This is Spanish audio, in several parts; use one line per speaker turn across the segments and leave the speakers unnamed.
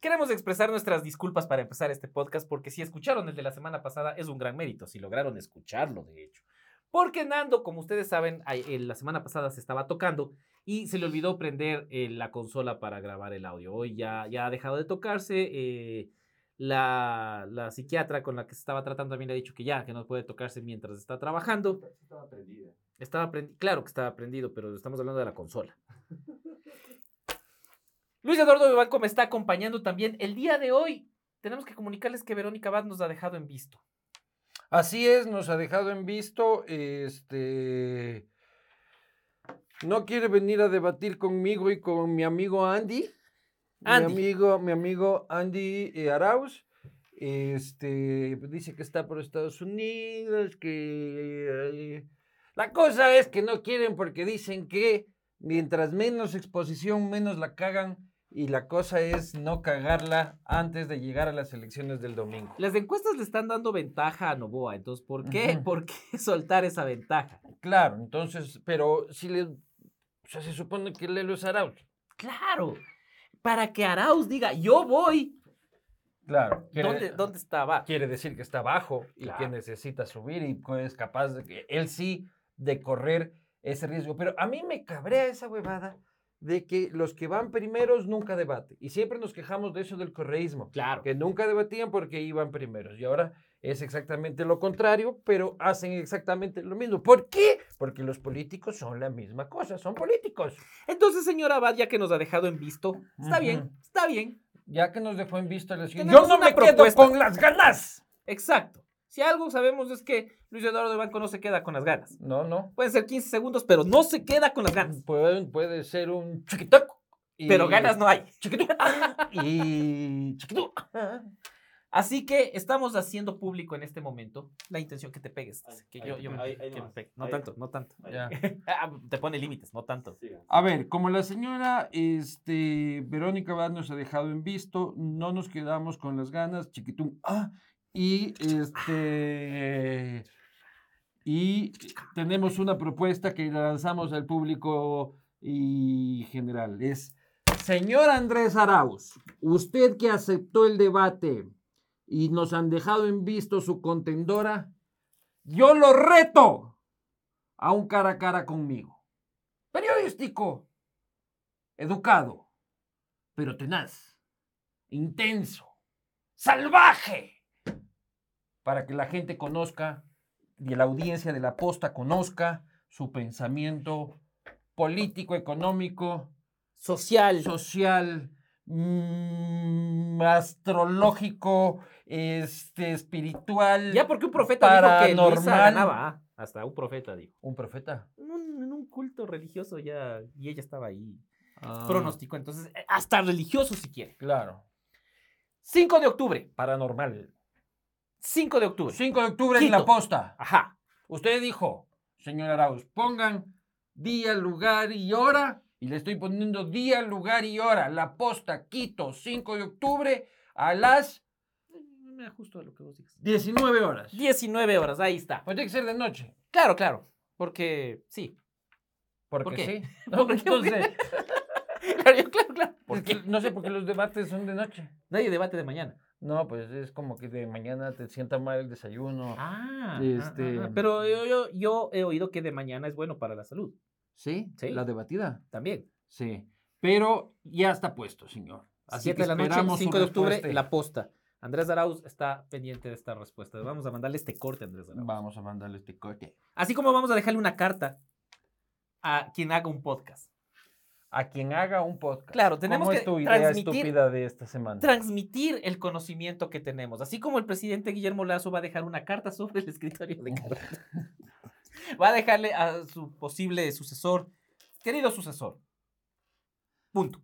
Queremos expresar nuestras disculpas para empezar este podcast porque si escucharon el de la semana pasada es un gran mérito, si lograron escucharlo de hecho. Porque Nando, como ustedes saben, ay- eh, la semana pasada se estaba tocando y se le olvidó prender eh, la consola para grabar el audio. Hoy ya, ya ha dejado de tocarse. eh, la, la psiquiatra con la que se estaba tratando también le ha dicho que ya, que no puede tocarse mientras está trabajando.
Estaba prendida.
Estaba prendi- claro que estaba prendido, pero estamos hablando de la consola. Luis Eduardo Vivanco me está acompañando también. El día de hoy tenemos que comunicarles que Verónica Abad nos ha dejado en visto.
Así es, nos ha dejado en visto. Este. No quiere venir a debatir conmigo y con mi amigo Andy.
Andy.
Mi amigo, mi amigo Andy eh, Arauz. Este dice que está por Estados Unidos, que eh, la cosa es que no quieren porque dicen que mientras menos exposición, menos la cagan. Y la cosa es no cagarla antes de llegar a las elecciones del domingo.
Las encuestas le están dando ventaja a Novoa, entonces, ¿por qué,
Ujú.
¿por qué soltar esa ventaja?
Claro, entonces, pero si le. O sea, se supone que Lelo es Arauz.
Claro, para que Arauz diga, yo voy.
Claro. Quiere,
¿Dónde, dónde está Abad?
quiere decir que está abajo y
Claro.
que necesita subir y que es capaz de que él sí de correr ese riesgo. Pero a mí me cabrea esa huevada de que los que van primeros nunca debaten. Y siempre nos quejamos de eso del correísmo.
Claro.
que nunca debatían porque iban primeros y ahora es exactamente lo contrario, pero hacen exactamente lo mismo. ¿Por qué? Porque los políticos son la misma cosa, son políticos.
Entonces, señor Abad, ya que nos ha dejado en visto, está
Ujú.
bien, está bien.
Ya que nos dejó en visto la siguiente.
Tenemos
Yo no
una
me quedo
propuesta.
con las ganas.
Exacto. Si algo sabemos es que Luis Eduardo de Banco no se queda con las ganas.
No, no.
Pueden ser 15 segundos, pero no se queda con las ganas.
Puede, puede ser un chiquitoco. y-
Pero ganas no hay.
Chiquitú. Y chiquitú.
Así que estamos haciendo público en este momento la intención que te pegues.
Ahí,
Que
ahí,
yo, yo me,
ahí,
pegue,
ahí
que me
nomás,
pegue. No
ahí.
tanto, no tanto.
Ya.
Ah, te pone límites, no tanto.
Sigan.
A ver, como la señora este, Verónica Vaz nos ha dejado en visto, no nos quedamos con las ganas, chiquitún. Ah, y este. Y tenemos una propuesta que lanzamos al público y general. Es, señor Andrés Arauz, usted que aceptó el debate y nos han dejado en visto su contendora, yo lo reto a un cara a cara conmigo periodístico, educado, pero tenaz, intenso, salvaje, para que la gente conozca y la audiencia de la posta conozca su pensamiento político, económico,
Social.
social, mm, astrológico, este, espiritual.
Ya porque un profeta dijo que Luisa
Paranormal.
ganaba. ah, hasta un profeta dijo.
Un profeta.
En un, en un culto religioso ya. Y ella estaba ahí.
Ah,
Pronosticó. Entonces, eh, hasta religioso si quiere.
Claro.
5 de octubre.
Paranormal.
5 de octubre.
5 de octubre en la
Quito.
posta.
Ajá.
Usted dijo, señor Arauz, pongan día, lugar y hora. Y le estoy poniendo día, lugar y hora. La posta, Quito, 5 de octubre a las
Me ajusto a lo que vos digas.
19 horas.
19 horas, ahí está.
Pues tiene que ser de noche.
Claro, claro. Porque sí.
Porque
¿Por qué?
sí.
¿Por qué?
Entonces,
Claro, yo- claro, claro.
es que no sé por qué los debates son de noche.
Nadie debate de mañana.
No, pues es como que de mañana te sienta mal el desayuno.
Ah.
Este-
Pero yo, yo, yo he oído que de mañana es bueno para la salud.
¿Sí?
Sí.
la debatida.
También.
Sí. Pero ya está puesto, señor. Así
Siete
que
de la noche,
esperamos su
5 de octubre,
respuesta.
la posta. Andrés Arauz está pendiente de esta respuesta. Vamos a mandarle este corte a Andrés Arauz.
Vamos a mandarle este corte.
Así como vamos a dejarle una carta a quien haga un podcast.
a quien haga un podcast.
Claro, tenemos
¿Cómo
que
es tu idea
transmitir,
estúpida de esta semana?
transmitir el conocimiento que tenemos. Así como el presidente Guillermo Lazo va a dejar una carta sobre el escritorio de Carrera. Va a dejarle a su posible sucesor, querido sucesor. Punto.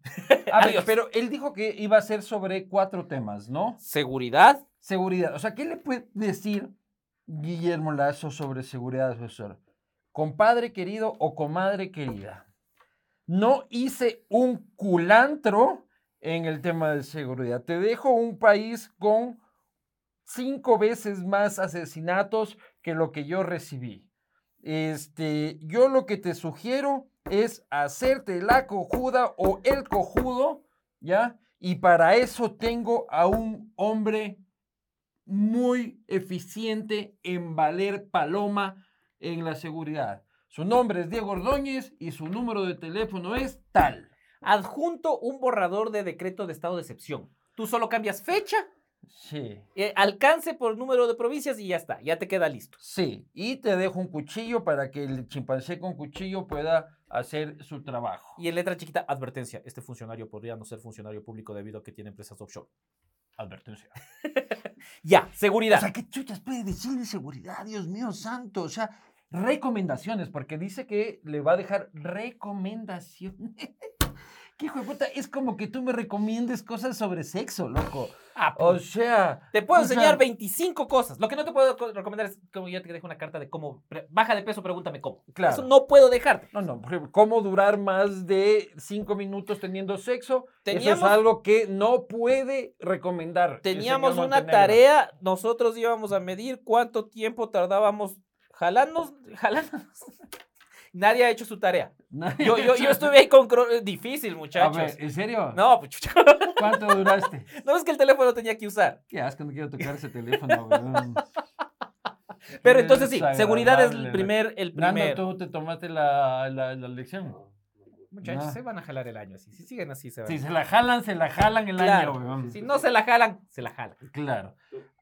A ver,
Adiós.
pero él dijo que iba a ser sobre cuatro temas, ¿no?
Seguridad.
Seguridad. O sea, ¿qué le puede decir Guillermo Lazo sobre seguridad, profesor? Compadre querido o comadre querida, no hice un culantro en el tema de seguridad. Te dejo un país con cinco veces más asesinatos que lo que yo recibí. Este, yo lo que te sugiero es hacerte la cojuda o el cojudo, ¿ya? Y para eso tengo a un hombre muy eficiente en valer paloma en la seguridad. Su nombre es Diego Ordóñez y su número de teléfono es tal.
Adjunto un borrador de decreto de estado de excepción. Tú solo cambias fecha,
Sí.
eh, alcance por número de provincias y ya está, ya te queda listo.
Sí, y te dejo un cuchillo para que el chimpancé con cuchillo pueda hacer su trabajo.
Y en letra chiquita, advertencia, este funcionario podría no ser funcionario público debido a que tiene empresas offshore.
Advertencia.
Ya, seguridad.
O sea, ¿qué chuchas puede decir de seguridad, Dios mío santo? O sea, recomendaciones, porque dice que le va a dejar recomendaciones. ¿Qué hijo de puta? Es como que tú me recomiendes cosas sobre sexo, loco.
Ah, pu-
O sea,
te puedo
o sea-
enseñar 25 cosas. Lo que no te puedo co- recomendar es como yo te dejo una carta de cómo pre- baja de peso, pregúntame cómo.
Claro.
Eso no puedo dejarte.
no, no, por ejemplo, ¿cómo durar más de cinco minutos teniendo sexo? Eso
Teníamos-
es algo que no puede recomendar. el
Teníamos
señor
una
Montenegro.
tarea, nosotros íbamos a medir cuánto tiempo tardábamos jalándonos, jalándonos. Nadie ha hecho su tarea.
Nadie-
Yo, yo, yo estuve ahí con... cro- Difícil,
A
muchachos.
ver, ¿en serio?
No, pues, chucha.
¿Cuánto duraste?
no es que el teléfono tenía que usar.
Qué asco, no quiero tocar ese teléfono, weón.
Pero
Qué
entonces sí, seguridad es el
desagradable.
primer, el
Nando,
primer.
tú te tomaste la, la, la lección.
Muchachos,
Ah.
se van a jalar el año así. Si siguen así, se van.
Si se la jalan, se la jalan el
Claro.
año, weón.
Si no se la jalan, se la jalan.
Claro.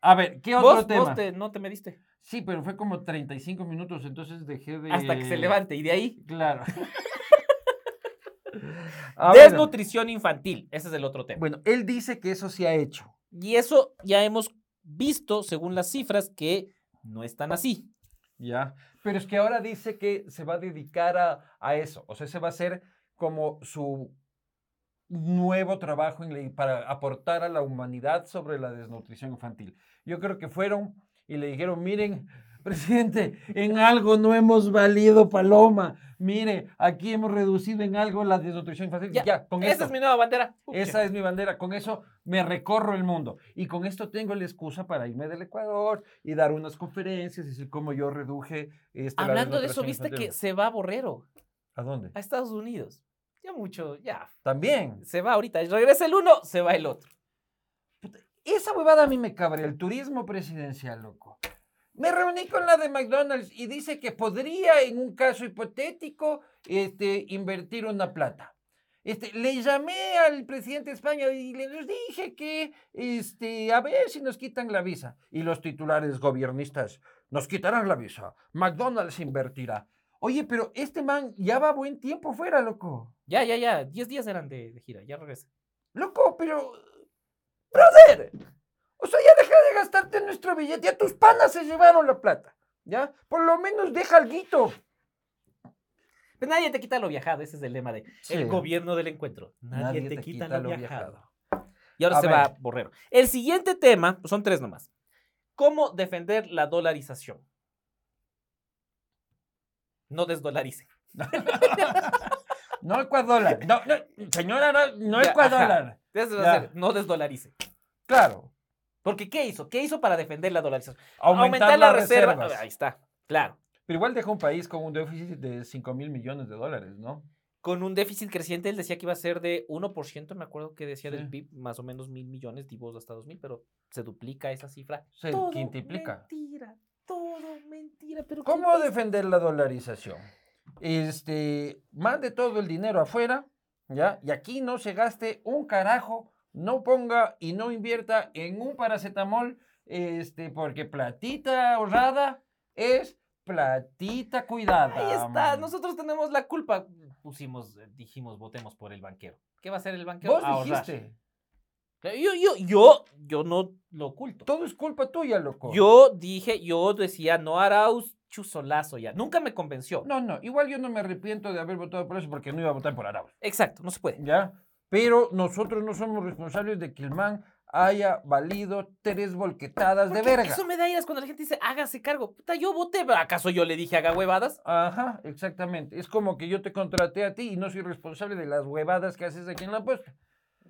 A ver, ¿qué otro
Vos, vos
tema?
te- no te mediste.
Sí, pero fue como 35 minutos, entonces dejé de.
Hasta que se levante. Y de ahí,
Claro. Ah, A ver,
Ah, desnutrición infantil. Ese es el otro tema.
bueno, él dice que eso se ha hecho.
Y eso ya hemos visto, según las cifras, que no están así.
Ya. Pero es que ahora dice que se va a dedicar a, a eso. O sea, ese va a ser como su nuevo trabajo en la- para aportar a la humanidad sobre la desnutrición infantil. Yo creo que fueron y le dijeron, miren, presidente, en algo no hemos valido paloma. Mire, aquí hemos reducido en algo la desnutrición infantil.
Ya,
Ya, con
Esa
esto.
es mi nueva bandera.
Esa es mi bandera, con eso me recorro el mundo. Y con esto tengo la excusa para irme del Ecuador y dar unas conferencias y decir cómo yo reduje este, la
Hablando de eso,
desnutrición
viste que
infantil.
se va Borrero
¿A dónde?
a Estados Unidos. Ya mucho, ya.
También.
Se va ahorita. Regresa el uno, se va el otro.
Esa huevada a mí me cabrea, el turismo presidencial, loco. Me reuní con la de McDonald's y dice que podría, en un caso hipotético, este, invertir una plata. Este, le llamé al presidente de España y le les dije que, este, a ver si nos quitan la visa. Y los titulares gobiernistas, nos quitarán la visa, McDonald's invertirá. Oye, pero este man ya va buen tiempo fuera, loco.
Ya, ya, ya. Diez días eran de, de gira. Ya regresa.
Loco, pero. ¡Brother! O sea, ya deja de gastarte nuestro billete. Ya tus panas se llevaron la plata. ¿Ya? Por lo menos deja algo.
Pero Pues nadie te quita lo viajado. Ese es el lema de
Sí.
el gobierno del encuentro. Nadie, te, quita, lo, viajado. Y ahora
A
se
ver.
va Borrero. El siguiente tema, son tres nomás. ¿Cómo defender la dolarización? No desdolaricen.
No ecuadólar. No, no, señora, no, no
Ya,
ecuadólar.
Entonces, va
Ya.
a ser, No desdolaricen.
Claro.
Porque ¿qué hizo? ¿Qué hizo para defender la dolarización?
Aumentar, la reserva.
Ahí está, claro.
Pero igual dejó un país con un déficit de 5 mil millones de dólares, ¿no?
Con un déficit creciente, él decía que iba a ser de 1%, me acuerdo que decía
Sí.
del PIB, más o menos mil millones, divos hasta dos mil, pero se duplica esa cifra.
Se
Todo
quintuplica.
Mentira, todo mentira. Pero qué
¿Cómo defender la dolarización? Este, mande todo el dinero afuera, ¿ya? Y aquí no se gaste un carajo, no ponga y no invierta en un paracetamol, este, porque platita ahorrada es platita cuidada.
Ahí está,
man.
nosotros tenemos la culpa. Pusimos, eh, dijimos, votemos por el banquero. ¿Qué va a hacer el banquero?
Vos
Ahorrar.
dijiste,
Pero Yo, yo, yo, yo no lo oculto.
todo es culpa tuya, loco.
Yo dije, yo decía, no Arauz, chuzolazo ya. Nunca me convenció.
No, no, igual yo no me arrepiento de haber votado por eso porque no iba a votar por Arauz.
Exacto, no se puede.
¿ya? Pero nosotros no somos responsables de que el man haya valido tres volquetadas de
Porque
verga.
Eso me da iras cuando la gente dice, hágase cargo. Puta, yo voté. pero ¿Acaso yo le dije, haga huevadas?
Ajá, exactamente. Es como que yo te contraté a ti y no soy responsable de las huevadas que haces aquí en la puesta.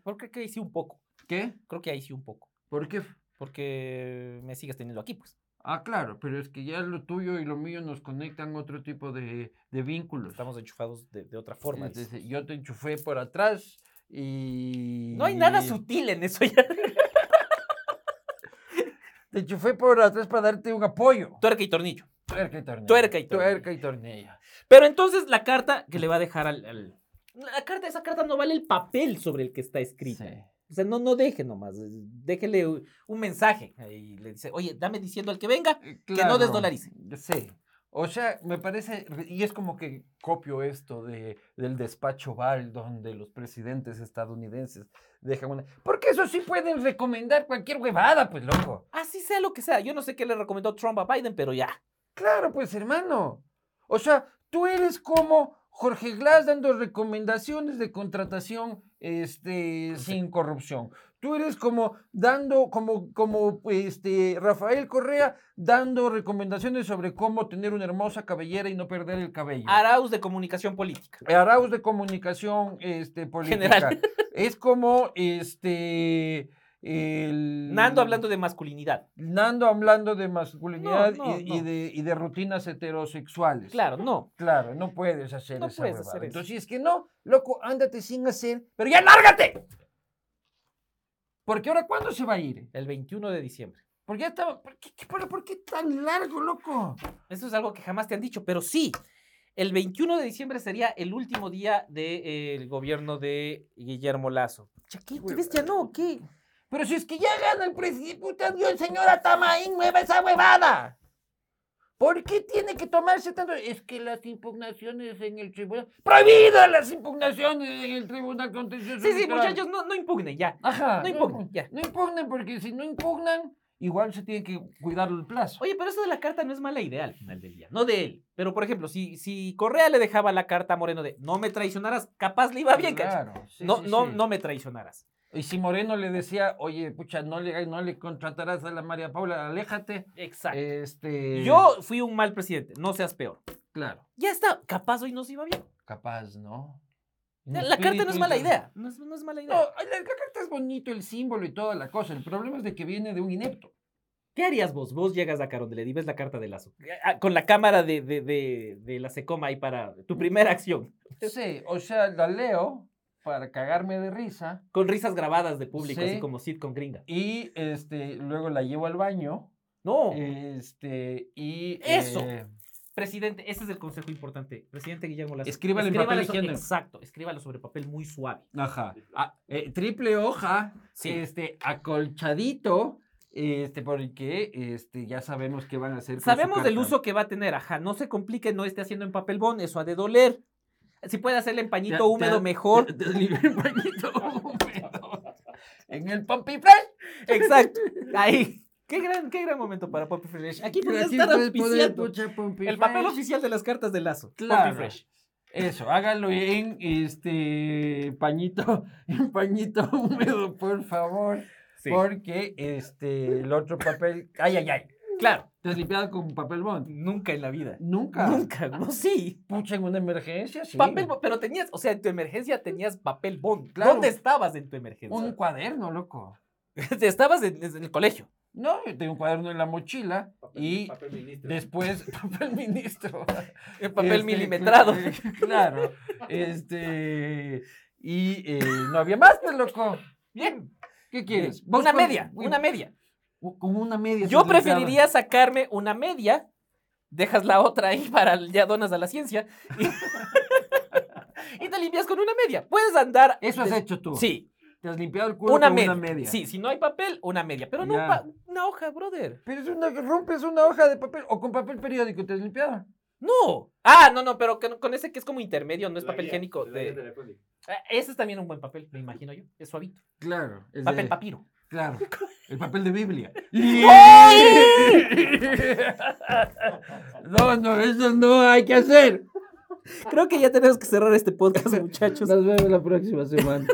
Porque creo que ahí sí un poco.
¿Qué?
Creo que ahí sí un poco.
¿Por qué?
Porque me sigues teniendo aquí, pues.
Ah, claro, pero es que ya lo tuyo y lo mío nos conectan otro tipo de, de vínculos. Este,
Estamos enchufados de, de otra forma.
Es
dice.
decir, yo te enchufé por atrás Y...
No hay nada sutil en eso ya.
Te enchufé por atrás para darte un apoyo.
Tuerca y tornillo.
Tuerca y tornillo.
Tuerca y tornillo.
Tuerca y tornillo.
Pero entonces la carta que le va a dejar al. al- La carta, esa carta no vale el papel sobre el que está escrita.
Sí.
O sea, no, no deje nomás. eh, Déjele u- un mensaje. Y le dice, oye, dame diciendo al que venga.
Claro,
desdolarice.
Sí. O sea, me parece, y es como que copio esto de, del despacho Val, donde los presidentes estadounidenses dejan una... Porque eso sí pueden recomendar cualquier huevada, pues, loco.
Así sea lo que sea. Yo no sé qué le recomendó Trump a Biden, pero ya.
Claro, pues, hermano. O sea, tú eres como Jorge Glass dando recomendaciones de contratación este, sin corrupción. Tú eres como dando, como, como este, Rafael Correa dando recomendaciones sobre cómo tener una hermosa cabellera y no perder el cabello.
Arauz de comunicación política.
Arauz de comunicación este, política.
General.
Es como este. el-
Nando hablando de masculinidad.
Nando hablando de masculinidad
No, no,
y,
no.
y de, y de rutinas heterosexuales.
Claro, no.
Claro, no puedes hacer
No
esa
puedes
huevada.
hacer eso.
Entonces, si es que no, loco, ándate sin hacer, pero ya lárgate. Porque ahora, ¿cuándo se va a ir?
El 21 de diciembre.
Porque ya estaba. ¿Por qué, qué- pero por qué tan largo, loco?
Eso es algo que jamás te han dicho, pero sí. El 21 de diciembre sería el último día del gobierno de Guillermo Lazo. Ya, ¿Qué, ¿Qué bestia no? ¿Qué?
Pero si es que ya gana el presidente, puta Dios, señora Tamaín, mueva esa huevada. ¿Por qué tiene que tomarse tanto? Es que las impugnaciones en el tribunal. ¡Prohibidas las impugnaciones en el tribunal contencioso!
Sí, sí,
electoral!
muchachos, no, no impugnen ya.
Ajá.
no impugnen, ya.
No impugnen, porque si no impugnan, igual se tiene que cuidar el plazo.
Oye, pero eso de la carta no es mala idea al final del día. No de él. Pero, por ejemplo, si, si Correa le dejaba la carta a Moreno de no me traicionarás, capaz le iba bien, cacho.
Claro, sí,
No,
sí,
no,
sí.
no me traicionarás.
Y si Moreno le decía, oye, pucha, no le, no le contratarás a la María Paula, aléjate.
Exacto.
Este.
Eh, Yo fui un mal presidente, no seas peor.
Claro,
Ya está, capaz hoy nos iba bien.
capaz, ¿no?
La, la carta no es
Espíritu
mala
inter- Oh.
idea. No es, no es mala
No,
idea.
la, la carta es bonito, el símbolo y toda la cosa. El problema es de que viene de un inepto.
¿Qué harías vos? Vos llegas a Carondelet y ves la carta de Lazo. Ah, Con la cámara de, de- de- de la Secoma ahí para
Mm.
tu primera acción.
Sí, o sea, la leo para cagarme de risa
Con risas grabadas de público,
Sí.
así como sitcom gringa.
y este, luego la llevo al baño.
No,
Este, y.
Eso.
eh,
presidente, ese es el consejo importante. Presidente Guillermo Lazo.
Escríbalo en papel
so-
higiénico.
Exacto, escríbalo sobre papel muy suave. Eh,
ajá. Ah, eh, triple hoja,
Sí.
este, acolchadito. Este, porque este, ya sabemos qué van a hacer. con su
Sabemos del
carta.
uso que va a tener, ajá. No se complique, no esté haciendo en papel bond, eso ha de doler. Si puede hacerle en pañito
Te- te-
húmedo, mejor.
te- te libré el pañito húmedo. En el Pompi Fresh.
Exacto, ahí. Qué gran, qué gran momento para Poppy Fresh. Aquí podría
Aquí
estar
puedes poner
auspiciando
pucha Pompi
el papel
Fresh.
oficial de las cartas de Lazo. Poppy
Claro.
Fresh.
Eso, hágalo en este pañito, en pañito húmedo, por favor.
Sí.
Porque este, el otro papel. Ay, ay, ay.
Claro,
Te has limpiado con papel bond.
nunca en la vida.
Nunca.
Nunca, no, sí.
Pucha, en una emergencia, sí.
Papel, bo- pero tenías, o sea, en tu emergencia tenías papel bond.
Claro.
¿Dónde estabas en tu emergencia?
Un cuaderno, loco.
Estabas en, en el colegio.
No, yo tengo un cuaderno en la mochila y
papel ministro.
después papel ministro.
En papel
Este,
milimetrado.
Claro. Este. Y eh, no había más, pues, loco.
Bien.
¿Qué quieres? Vos
Una
con-
media, una media.
Con una
Yo
media. se le acaba.
preferiría sacarme una media, dejas la otra ahí para el- ya donas a la ciencia y, y te limpias con una media. Puedes andar.
Eso has
des-
hecho tú.
Sí,
Te has limpiado el culo
una
con
media.
una media.
Sí, si no hay papel, una media. Pero no
Ya.
pa- una hoja, brother.
Pero es una, rompes una hoja de papel o con papel periódico te has limpiado.
No. Ah, no, no, pero con, con ese que es como intermedio, no es
La
papel
guía,
higiénico.
la
de-
guía telefónica.
Ah, Ese es también un buen papel, me imagino yo. Es suavito.
Claro. el
Papel
de-
papiro.
Claro. El papel de Biblia. no, no, eso no hay que hacer.
Creo que ya tenemos que cerrar este podcast, muchachos.
Nos vemos la próxima semana.